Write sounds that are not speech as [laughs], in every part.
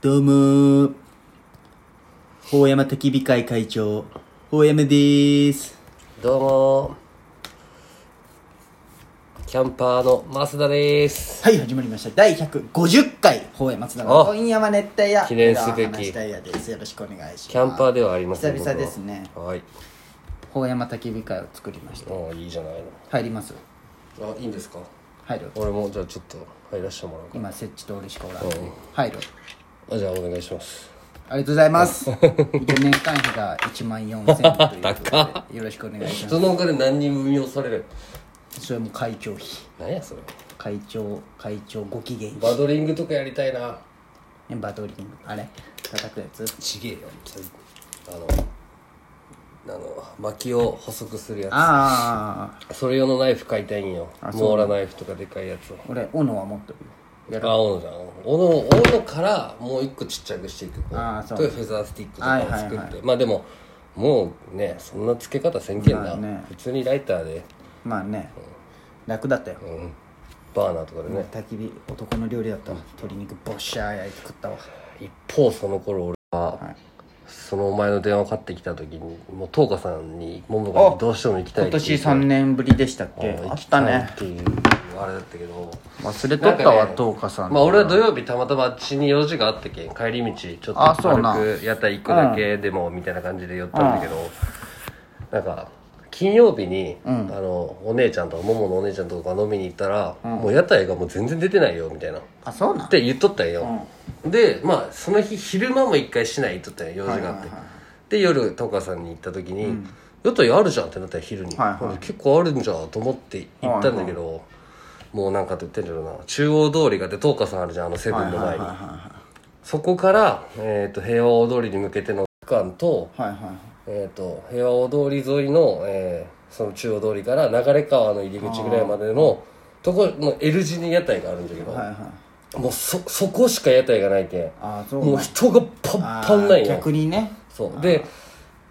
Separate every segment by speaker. Speaker 1: どうもー。法山焚き火会会長、法山でーす。
Speaker 2: どうもキャンパーの増田です
Speaker 1: はい、始まりました。第150回、法山松永の
Speaker 2: お
Speaker 1: 今夜は熱帯夜。
Speaker 2: 記念すべき
Speaker 1: 熱帯夜です。よろしくお願いします。
Speaker 2: キャンパーではありません
Speaker 1: 久々ですね。
Speaker 2: 僕ははい
Speaker 1: 法山焚き火会を作りました。
Speaker 2: もういいじゃないの
Speaker 1: 入ります
Speaker 2: あいいんですか
Speaker 1: 入る。
Speaker 2: 俺もじゃあちょっと入らせてもらおう
Speaker 1: 今、設置と俺しかおらん
Speaker 2: うん。
Speaker 1: 入る。
Speaker 2: かあじゃあお願いします
Speaker 1: ありがとうござい
Speaker 2: [laughs]
Speaker 1: ます。1年間費が1万4000円ということで、よろしくお願いしま
Speaker 2: そのお金何人分用される
Speaker 1: す。それも会長費。
Speaker 2: 何やそれ
Speaker 1: 会長、会長ご機嫌
Speaker 2: バドリングとかやりたいな
Speaker 1: メンバードリングあれ叩くやつ
Speaker 2: ちげえよあのあの薪を細くするや
Speaker 1: ああ
Speaker 2: つそれ用のナイフ買いたいんよモーラナイフとかでかいやつを
Speaker 1: 俺斧は持っとるよ
Speaker 2: あ、斧じゃん。斧、斧からもう一個ちっちゃくしていく。こう
Speaker 1: あーそう
Speaker 2: とフェザースティックとかを作って。
Speaker 1: はいはい
Speaker 2: まあでも、もうね、そんな付け方せんけん
Speaker 1: まあ
Speaker 2: な。
Speaker 1: ね
Speaker 2: 普通にライターで、
Speaker 1: まあね楽だったよ
Speaker 2: うん、バーナーとかでね。
Speaker 1: 焚き火男の料理だったわ鶏肉ボッシャー焼いて食ったわ
Speaker 2: 一方、その頃俺は、そのお前の電話を買ってきた時に、もう東花さんに、桃花
Speaker 1: あ
Speaker 2: にどうしても行きた
Speaker 1: 今
Speaker 2: いって
Speaker 1: 年
Speaker 2: 言って
Speaker 1: 3年ぶりでしたっけ
Speaker 2: うん
Speaker 1: あった
Speaker 2: 行き
Speaker 1: ね
Speaker 2: たいっていう、あれだったけど。
Speaker 1: 忘れとったわ
Speaker 2: なんかね
Speaker 1: 東花さん
Speaker 2: まあ俺は土曜日たまたまあっちに用事があったけん帰り道ちょっ
Speaker 1: あ
Speaker 2: と
Speaker 1: そう
Speaker 2: 軽
Speaker 1: なん
Speaker 2: く屋台行くだけでもみたいな感じで寄ったんだけど、なんか金曜日に、あのお姉ちゃんとかもものお姉ちゃんとかが飲みに行ったら、もう屋台がもう全然出てないよみたいなっ
Speaker 1: あそうなん
Speaker 2: て言っとったんよ、でまあその日昼間も一回市内行っとったんよ用事があって、
Speaker 1: はいはいはい
Speaker 2: で夜トカさんに行った時に、屋台あるじゃんってなったら昼に、
Speaker 1: はいはい
Speaker 2: ほんで結構あるんじゃんと思って行ったんだけど、もうなんかと言ってんだろうな中央通りがで東花さんあるじゃんあのセブンの前にそこから、えー、と平和大通りに向けての区間と,、
Speaker 1: はいは
Speaker 2: えー、と平和大通り沿いの、えーその中央通りから流れ川の入り口ぐらいまでのとこの L 字に屋台があるんだけど、
Speaker 1: いはいはい
Speaker 2: もうそそこしか屋台がないけん
Speaker 1: あそう
Speaker 2: もう人がパン
Speaker 1: あ
Speaker 2: パンない
Speaker 1: ー
Speaker 2: よ
Speaker 1: 逆にね
Speaker 2: そうで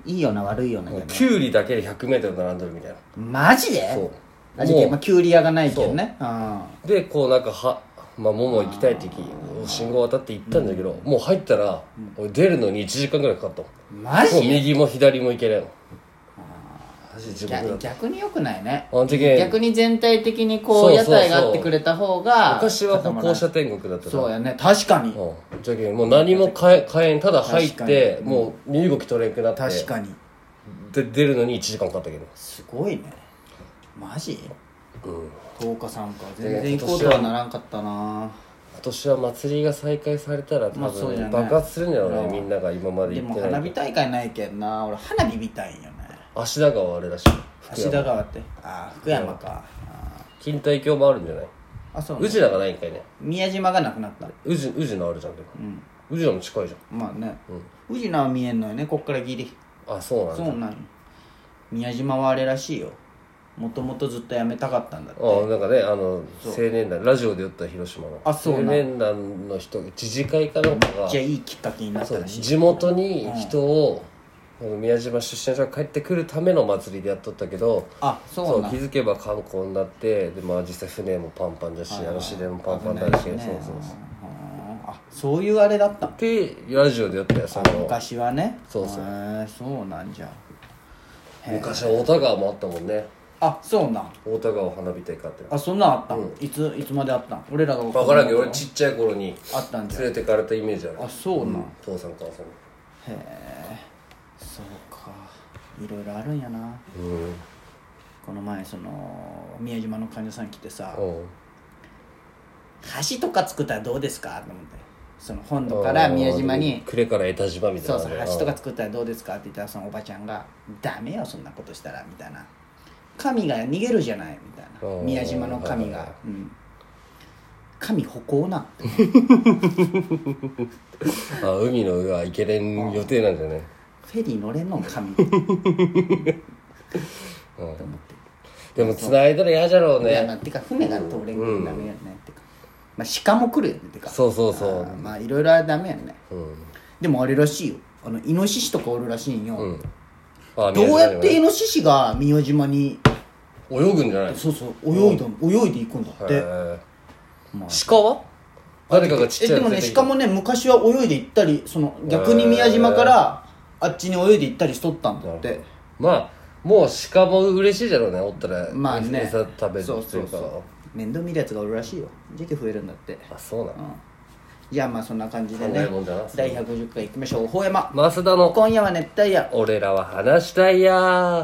Speaker 1: いいよな悪いよなでも
Speaker 2: キュウリだけで 100m 並んでるみたいな
Speaker 1: マジで
Speaker 2: そう
Speaker 1: マジ
Speaker 2: も
Speaker 1: で
Speaker 2: う
Speaker 1: まあきゅうり屋がないけどねうん
Speaker 2: でこうなんかはまあ桃行きたい時信号渡って行ったんだけど、もう入ったら、俺出るのに1時間ぐらいかかったもん
Speaker 1: マ
Speaker 2: もう
Speaker 1: ジ
Speaker 2: 右も左も行けないのマジ地獄だ
Speaker 1: 逆
Speaker 2: った
Speaker 1: 逆に良くないね
Speaker 2: あの時計
Speaker 1: 逆に全体的にこう
Speaker 2: そう
Speaker 1: 屋
Speaker 2: そうそ
Speaker 1: 台
Speaker 2: う
Speaker 1: があってくれた方が
Speaker 2: 昔は歩行者天国だったから
Speaker 1: そうやね確かに
Speaker 2: うんじゃけんもう何も買え買えんただ入っ
Speaker 1: 確か
Speaker 2: てもう身動き取れんくなって
Speaker 1: 確かに
Speaker 2: で出るのに1時間かかったけど
Speaker 1: すごいねマジ
Speaker 2: うん
Speaker 1: 10日さんか
Speaker 2: で
Speaker 1: 全然行こうとはならんかったな
Speaker 2: 今年は祭りが再開されたら多
Speaker 1: まあそう
Speaker 2: 分、
Speaker 1: じゃね
Speaker 2: 爆発するんだろうね、
Speaker 1: うん
Speaker 2: みんなが今まで
Speaker 1: で
Speaker 2: 行
Speaker 1: も
Speaker 2: ってない
Speaker 1: 花火大会ないけんな俺花火見たいんよね
Speaker 2: 芦田川はあれだし
Speaker 1: 芦田川ってああ福山かあ
Speaker 2: 錦帯橋もあるんじゃない
Speaker 1: ーあそうね
Speaker 2: 宇品がないんかいね
Speaker 1: 宮島がなくなった
Speaker 2: 宇治宇治のあるじゃんけど、宇治のも近いじ
Speaker 1: まあね宇品は見えんのよねこっからギリ
Speaker 2: ゃんあそうなん
Speaker 1: そ
Speaker 2: だ
Speaker 1: うなの宮島はあれらしいよもともとずっと辞めたかったんだって
Speaker 2: あなんかねあの青年団ラジオで言った広島の
Speaker 1: あそうな
Speaker 2: 青
Speaker 1: ん
Speaker 2: 年団の人自治会かなんかが
Speaker 1: じゃあいいきっかけになっ
Speaker 2: そ
Speaker 1: た
Speaker 2: う
Speaker 1: らしい
Speaker 2: 地元に人を、あの宮島出身者が帰ってくるための祭りでやっとったけど
Speaker 1: あそうなん
Speaker 2: 気づけば観光になってで、まあ、実際船もパンパンだしあの市電もパンパンだし、
Speaker 1: 危ない
Speaker 2: そう
Speaker 1: ね
Speaker 2: そうそう
Speaker 1: うんあそういうあれだったの
Speaker 2: でラジオでやったよその
Speaker 1: 昔はね
Speaker 2: そうそう
Speaker 1: へーそうなんじゃ
Speaker 2: 昔は太田川もあったもんね
Speaker 1: あそうなん
Speaker 2: 太田川花火大会あって
Speaker 1: あそんなんあったんいついつまであったん俺らが
Speaker 2: 分からんけど俺ちっちゃい頃に
Speaker 1: あったんじゃ
Speaker 2: 連
Speaker 1: ん
Speaker 2: れてかれたイメージある
Speaker 1: あそうなんへ
Speaker 2: 父さん母さんに
Speaker 1: えそうかいろいろあるんやな
Speaker 2: うん
Speaker 1: この前その宮島の患者さん来てさ
Speaker 2: うん
Speaker 1: 橋とか作ったらどうですかと思ってその本土から宮島に
Speaker 2: 呉から江田島みた
Speaker 1: そ
Speaker 2: いうな
Speaker 1: そう
Speaker 2: ね
Speaker 1: 橋とか作ったらどうですかって言ったらそのおばちゃんが「ダメよそんなことしたら」みたいな「神が逃げるじゃない」みたいな
Speaker 2: うん
Speaker 1: 宮島の神
Speaker 2: はいはい
Speaker 1: が
Speaker 2: は、
Speaker 1: うん、神歩行な
Speaker 2: [laughs]
Speaker 1: って
Speaker 2: ああ海の上は行けれん予定なんじゃね
Speaker 1: フェリー乗れんの
Speaker 2: [laughs]
Speaker 1: 神と思って
Speaker 2: でも繋いだら嫌じゃろう
Speaker 1: いや
Speaker 2: ね
Speaker 1: まあてか船が通れんからダメやねってか、まあ鹿も来るよねてか
Speaker 2: そうそうそう
Speaker 1: あーまあいろいろあれダメやね
Speaker 2: うん
Speaker 1: でもあれらしいよあのイノシシとかおるらしいんよ、
Speaker 2: うんあ
Speaker 1: どうやってイ
Speaker 2: 宮
Speaker 1: ノシシが宮島に
Speaker 2: 島にはね泳ぐんじゃない
Speaker 1: そうそう泳いだ泳いでいくんだって
Speaker 2: へえ
Speaker 1: まあ
Speaker 2: 鹿は誰かがちっちゃい
Speaker 1: えでもねしかもね昔は泳いで行ったりその逆に宮島からあっちに泳いで行ったりしとったんだっ
Speaker 2: なる
Speaker 1: て
Speaker 2: まあもう鹿も嬉しいじゃろうねおったら
Speaker 1: まあね
Speaker 2: 餌食べるってい
Speaker 1: そうそ
Speaker 2: うか
Speaker 1: うそう面倒見るやつがおるらしいよ時期増えるんだって
Speaker 2: あそうな
Speaker 1: うんんじゃあまあそんな感じで
Speaker 2: 考え
Speaker 1: ね
Speaker 2: もんだな
Speaker 1: 第110回行きましょう大山
Speaker 2: 増田の
Speaker 1: 今夜は熱帯夜
Speaker 2: 「俺らは話したいやー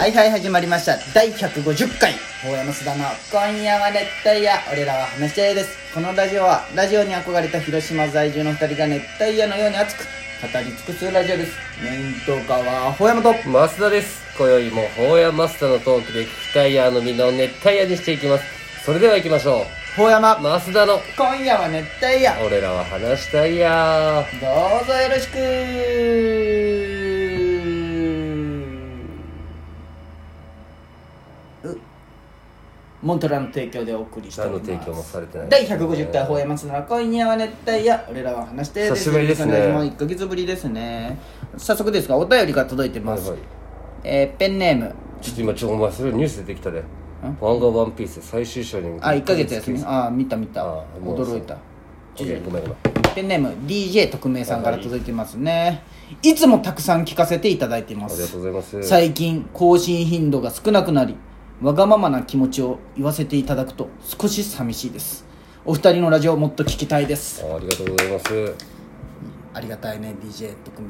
Speaker 1: はいはい始まりました第150回大山須田の「今夜は熱帯夜俺らは話し合い」ですこのラジオはラジオに憧れた広島在住の2人が熱帯夜のように熱く語り尽くすラジオですメイントーカーは大山と」
Speaker 2: 増田です今宵も法や増田のトークで聞きたいやーのみんなを熱帯夜にしていきますそれでは行きましょう
Speaker 1: 大山
Speaker 2: 増田の
Speaker 1: 今夜は熱帯夜
Speaker 2: 「俺らは話したいやー
Speaker 1: どうぞよろしくうモントラの提供でお送りしております
Speaker 2: 何の提供もされてない
Speaker 1: 第150回放映松の今夜は熱帯夜俺らは話して
Speaker 2: 久しぶりですね
Speaker 1: もう1ヶ月ぶりですね早速ですがお便りが届いて」ま
Speaker 2: はい
Speaker 1: す、
Speaker 2: はい
Speaker 1: えーペンネーム
Speaker 2: ちょっと今ちょお前それニュース出てきたで「漫画ワンピース最終章に
Speaker 1: あ1ヶ月休みああ見た見た
Speaker 2: あーもう
Speaker 1: 驚いた
Speaker 2: ごめんごめん
Speaker 1: ペンネーム DJ 特命さんから届いてますねいつもたくさん聞かせていただいてま
Speaker 2: ありがとう
Speaker 1: す
Speaker 2: ございます
Speaker 1: 最近更新頻度が少なくなりわがままな気持ちを言わせていただくと少し寂しいですお二人のラジオもっと聞きたいです
Speaker 2: あありがとうございます
Speaker 1: ありがたいね DJ 特命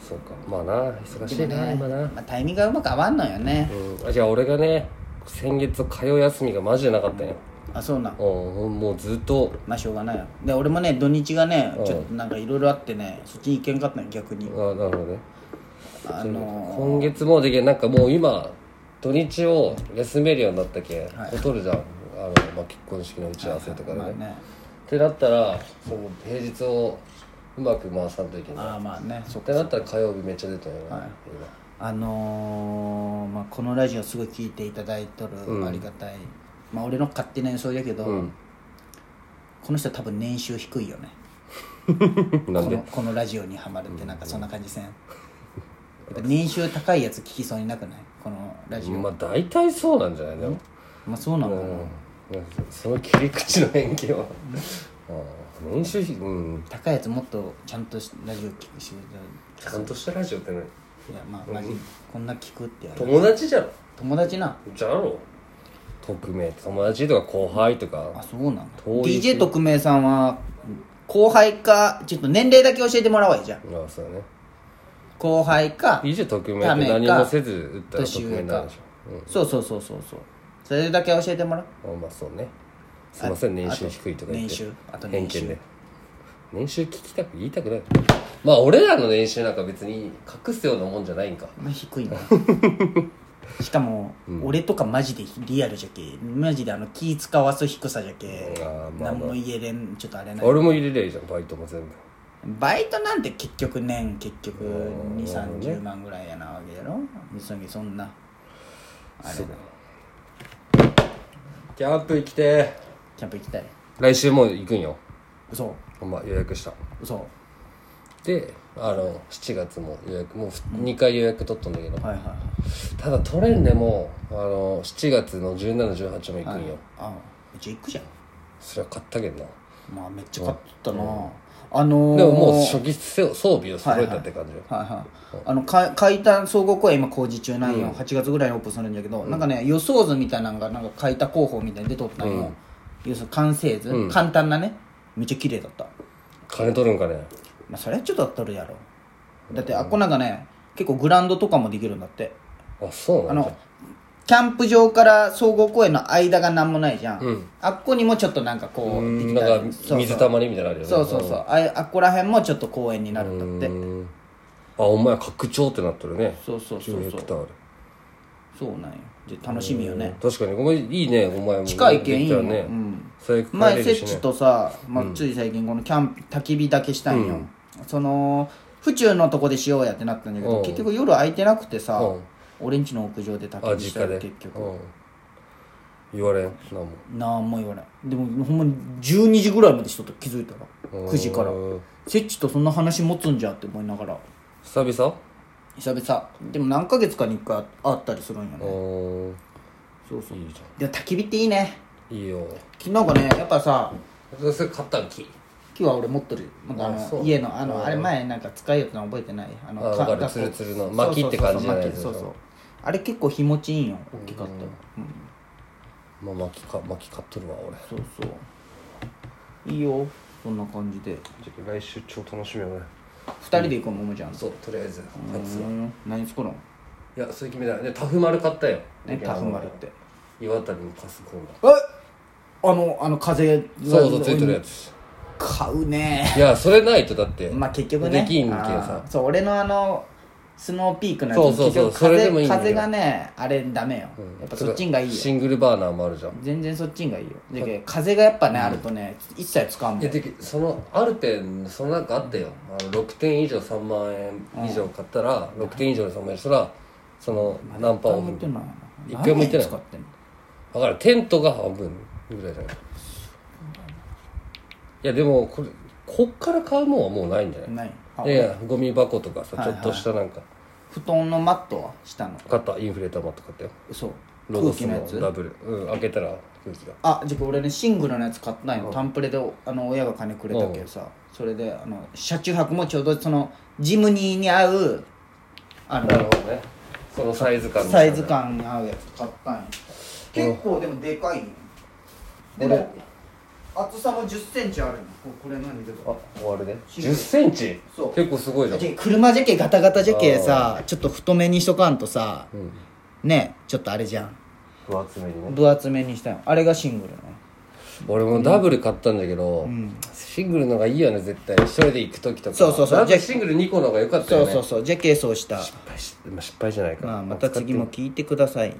Speaker 2: そうかまあな忙し
Speaker 1: で
Speaker 2: い
Speaker 1: も
Speaker 2: な、
Speaker 1: ね
Speaker 2: 今な、
Speaker 1: まあ、タイミングがうまく合わんのよね
Speaker 2: うん、あじゃあ俺がね先月火曜休みがマジでなかったんよ、
Speaker 1: あそうなん
Speaker 2: うん、ほんもうずっと
Speaker 1: まあしょうがないよで俺もね土日がね
Speaker 2: うん
Speaker 1: ちょっとなんかいろいろあってねそっちに行けんかったの逆に
Speaker 2: あなるほどね
Speaker 1: あの
Speaker 2: 今月もうできんなんかもう今土日を休めるようになったけん、
Speaker 1: はい
Speaker 2: ほとるじゃんあの、まあ、結婚式の打ち合わせとかでね,、
Speaker 1: まあね
Speaker 2: ってなったらその平日をうまく回さんといけない
Speaker 1: ああまあねそっ
Speaker 2: っ
Speaker 1: か
Speaker 2: てなったら火曜日めっちゃ出たよね、
Speaker 1: はいあのーまあ、このラジオすごい聞いていただいとる、
Speaker 2: うん
Speaker 1: ありがたい、まあ、俺の勝手な予想だけど、
Speaker 2: うん
Speaker 1: この人多分年収低いよね
Speaker 2: 今 [laughs] なん
Speaker 1: こ
Speaker 2: で
Speaker 1: のこのラジオにはまるってなんかそんな感じせん、やっぱ年収高いやつ聞きそうになくないこのラジオ、
Speaker 2: まあ大体そうなんじゃないでも、
Speaker 1: まあそうなのかな、
Speaker 2: うん、その切り口の偏見はあー年収費うん
Speaker 1: 高いやつもっとちゃんとしラジオ聞くし
Speaker 2: ちゃんとしたラジオってね
Speaker 1: いやまあマジ、こんな聞くってやる
Speaker 2: 友達じゃろ
Speaker 1: 友達な
Speaker 2: じゃろ匿名友達とか後輩と
Speaker 1: あ
Speaker 2: か
Speaker 1: そうなの
Speaker 2: 遠い
Speaker 1: DJ 特命さんは後輩かちょっと年齢だけ教えてもらおうよじゃあ
Speaker 2: ああそうだね
Speaker 1: 後輩か
Speaker 2: 以上匿名
Speaker 1: ダ
Speaker 2: っ
Speaker 1: メ
Speaker 2: て
Speaker 1: か
Speaker 2: 何もせず打ったら匿
Speaker 1: 年上か
Speaker 2: 名になるでしょ、
Speaker 1: そうそうそうそうそうそれだけ教えてもらう
Speaker 2: うん、あまあそうねすいません
Speaker 1: あ
Speaker 2: 年収低いとか言
Speaker 1: 年
Speaker 2: って
Speaker 1: 収あと
Speaker 2: 偏
Speaker 1: 年収
Speaker 2: 見で年収聞きたく言いたくないまあ俺らの年収なんか別に隠すようなもんじゃないんか
Speaker 1: まあ低い
Speaker 2: [laughs]
Speaker 1: なしかも、俺とかマジでリアルじゃけマジであの気使わす低さじゃけ、
Speaker 2: あーまあまあ
Speaker 1: 何も言えれんちょっとあれない
Speaker 2: 俺も入れりゃいいじゃんバイトも全部
Speaker 1: バイトなんて結局年結局
Speaker 2: うん
Speaker 1: 2
Speaker 2: な
Speaker 1: 三3
Speaker 2: るほどね
Speaker 1: 0万ぐらいやなわけやろそんそんなあれだ
Speaker 2: キャンプ行きてー
Speaker 1: キャンプ行きたい
Speaker 2: 来週もう行くんよ
Speaker 1: 嘘
Speaker 2: ほんま予約した
Speaker 1: 嘘は
Speaker 2: であの7月も予約もう2回予約取ったんだけど
Speaker 1: いはいはい
Speaker 2: ただ取れんでもあの7月の1718も行くんよ、
Speaker 1: あうち行くじゃん
Speaker 2: それは買ったけどな
Speaker 1: まあめっちゃ買っとったな、あのー、
Speaker 2: でももう初期せ装備を揃えたって感じよ、
Speaker 1: はいはい、あのか海田総合公園今工事中なんよ、8月ぐらいにオープンするんだけど、なんかね予想図みたいなのがなんか海田広報みたいに出とったんよ、要するに完成図、簡単なねめっちゃ綺麗だった、
Speaker 2: 金取るんかね
Speaker 1: まあ、それはちょっと取るやろだってあっこなんかね結構グラウンドとかもできるんだって
Speaker 2: あそう
Speaker 1: あ
Speaker 2: なんだ
Speaker 1: のキャンプ場から総合公園の間が何もないじゃん、あっこにもちょっとなんかこ
Speaker 2: う
Speaker 1: うで
Speaker 2: ん
Speaker 1: き
Speaker 2: な
Speaker 1: た
Speaker 2: ん
Speaker 1: り
Speaker 2: か
Speaker 1: そう
Speaker 2: 水たまりみたいなのあるよね
Speaker 1: そうそうそうああっこら辺もちょっと公園になるんだって
Speaker 2: うんあお前拡張ってなっとるね
Speaker 1: そうそうそう
Speaker 2: 10ヘ
Speaker 1: そう
Speaker 2: クタール
Speaker 1: そうなんよじゃあ楽しみよね
Speaker 2: 確かにお前いいねお前も
Speaker 1: 近いけんいい
Speaker 2: できた
Speaker 1: よ
Speaker 2: らね
Speaker 1: ね、うん、
Speaker 2: 最悪帰
Speaker 1: 前
Speaker 2: れ
Speaker 1: セ
Speaker 2: るし
Speaker 1: ッ
Speaker 2: ね
Speaker 1: チとさ、まあ、つい最近このキャンプ焚き火だけしたんよ、その府中のとこでしようやってなったんだけど、
Speaker 2: うん
Speaker 1: 結局夜空いてなくてさ、
Speaker 2: うん
Speaker 1: 俺んちの屋上で焚
Speaker 2: あ
Speaker 1: き火し
Speaker 2: 実
Speaker 1: た
Speaker 2: 家
Speaker 1: よ
Speaker 2: で
Speaker 1: 結局、
Speaker 2: うん、言われん何も
Speaker 1: なんも言わないでもほんまに12時ぐらいまでしとった気づいたら9時から
Speaker 2: うん
Speaker 1: セッチとそんな話持つんじゃって思いながら
Speaker 2: 久々
Speaker 1: 久々でも何ヶ月かに1回会ったりするんよね
Speaker 2: うん
Speaker 1: そうそう
Speaker 2: いいじ
Speaker 1: でも焚き火っていいね
Speaker 2: ゃいいよ
Speaker 1: 昨日がねやっぱさ
Speaker 2: それ買ったんき
Speaker 1: 木は俺持っとるよまだあ
Speaker 2: あそ
Speaker 1: の
Speaker 2: う
Speaker 1: 家のあの
Speaker 2: あ
Speaker 1: あれ前なんか使いよったの覚えてないあの
Speaker 2: あわか
Speaker 1: 学
Speaker 2: る
Speaker 1: 校
Speaker 2: ツルツルの巻きって感じのやつでしょ
Speaker 1: そうそうそう巻きそうそうあれ結構日持ちいいんよ大きかったようん
Speaker 2: まあ巻きか巻き買っとるわ俺
Speaker 1: そうそういいよそんな感じで
Speaker 2: ちょっと来週超楽しみやね
Speaker 1: 二人で行くのももちゃん
Speaker 2: そうとりあえず
Speaker 1: う
Speaker 2: 初い
Speaker 1: ん何作るの
Speaker 2: やそれ決めたでタフ丸買ったよ
Speaker 1: ねタフマルって
Speaker 2: 岩谷にパソコンが
Speaker 1: えあのあの風が
Speaker 2: そうそうついてるやつ
Speaker 1: 買うね
Speaker 2: いやそれないとだって
Speaker 1: まあ結局ね
Speaker 2: できんけん
Speaker 1: あ
Speaker 2: さ
Speaker 1: ーそう俺のあのスノーピークのやつ
Speaker 2: そうそうそ
Speaker 1: 結局
Speaker 2: うそれでもいいんだけど
Speaker 1: 風がねあれダメよ、やっぱそっちんがいいよ
Speaker 2: シングルバーナーもあるじゃん
Speaker 1: 全然そっちんがいいよでけ風がやっぱね、あるとね一切使わんも
Speaker 2: い
Speaker 1: ん
Speaker 2: やでそのアルペンその中あったよあの6点以上3万円以上買ったら、6点以上で3万円したらそのナンパオ
Speaker 1: 一回も行
Speaker 2: フ
Speaker 1: ってないな
Speaker 2: 一回も行ってない
Speaker 1: 何年使ってんの
Speaker 2: だからテントが半分ぐらいじゃないいやでもこれこっから買うもんはもうないんじゃない
Speaker 1: ないあ
Speaker 2: いやいやゴミ箱とかさ
Speaker 1: はい
Speaker 2: ちょ
Speaker 1: はい
Speaker 2: っとしたなんか、
Speaker 1: 布団のマットはしたの
Speaker 2: 買ったインフレーターマット買ったよ
Speaker 1: そう
Speaker 2: ロ
Speaker 1: 空
Speaker 2: ゴ
Speaker 1: 気
Speaker 2: ス
Speaker 1: のや
Speaker 2: の
Speaker 1: つ
Speaker 2: ダブルうん開けたら空気が
Speaker 1: あじゃあ俺ねシングルのやつ買ったんよ、タンプレでおあの親が金くれたけどさ、それであの車中泊もちょうどそのジムニーに合うあ
Speaker 2: なる
Speaker 1: の
Speaker 2: ほどねそのサイズ感
Speaker 1: サイズ感に合うやつ買ったんよ結構でもでかいよでも厚さも1 0ンチあるのここれ何で
Speaker 2: あ
Speaker 1: か
Speaker 2: 終わるね1 0ンチ
Speaker 1: そう
Speaker 2: 結構すごいじゃん
Speaker 1: じゃあ車じゃけガタガタじゃけさちょっと太めにしとかんとさ、
Speaker 2: ん
Speaker 1: ねちょっとあれじゃん
Speaker 2: 分厚めにね
Speaker 1: 分厚めにしたよあれがシングルね
Speaker 2: 俺もダブル買ったんだけど、シングルの方がいいよね絶対一人で行く時とか
Speaker 1: そうそうそう
Speaker 2: なん
Speaker 1: じゃ
Speaker 2: か
Speaker 1: あ
Speaker 2: シングル2個の方が良かったよ
Speaker 1: そう
Speaker 2: ね
Speaker 1: そうそうじゃけそうした
Speaker 2: 失敗しまあ失敗じゃないか
Speaker 1: まあ、また次も聞いてください。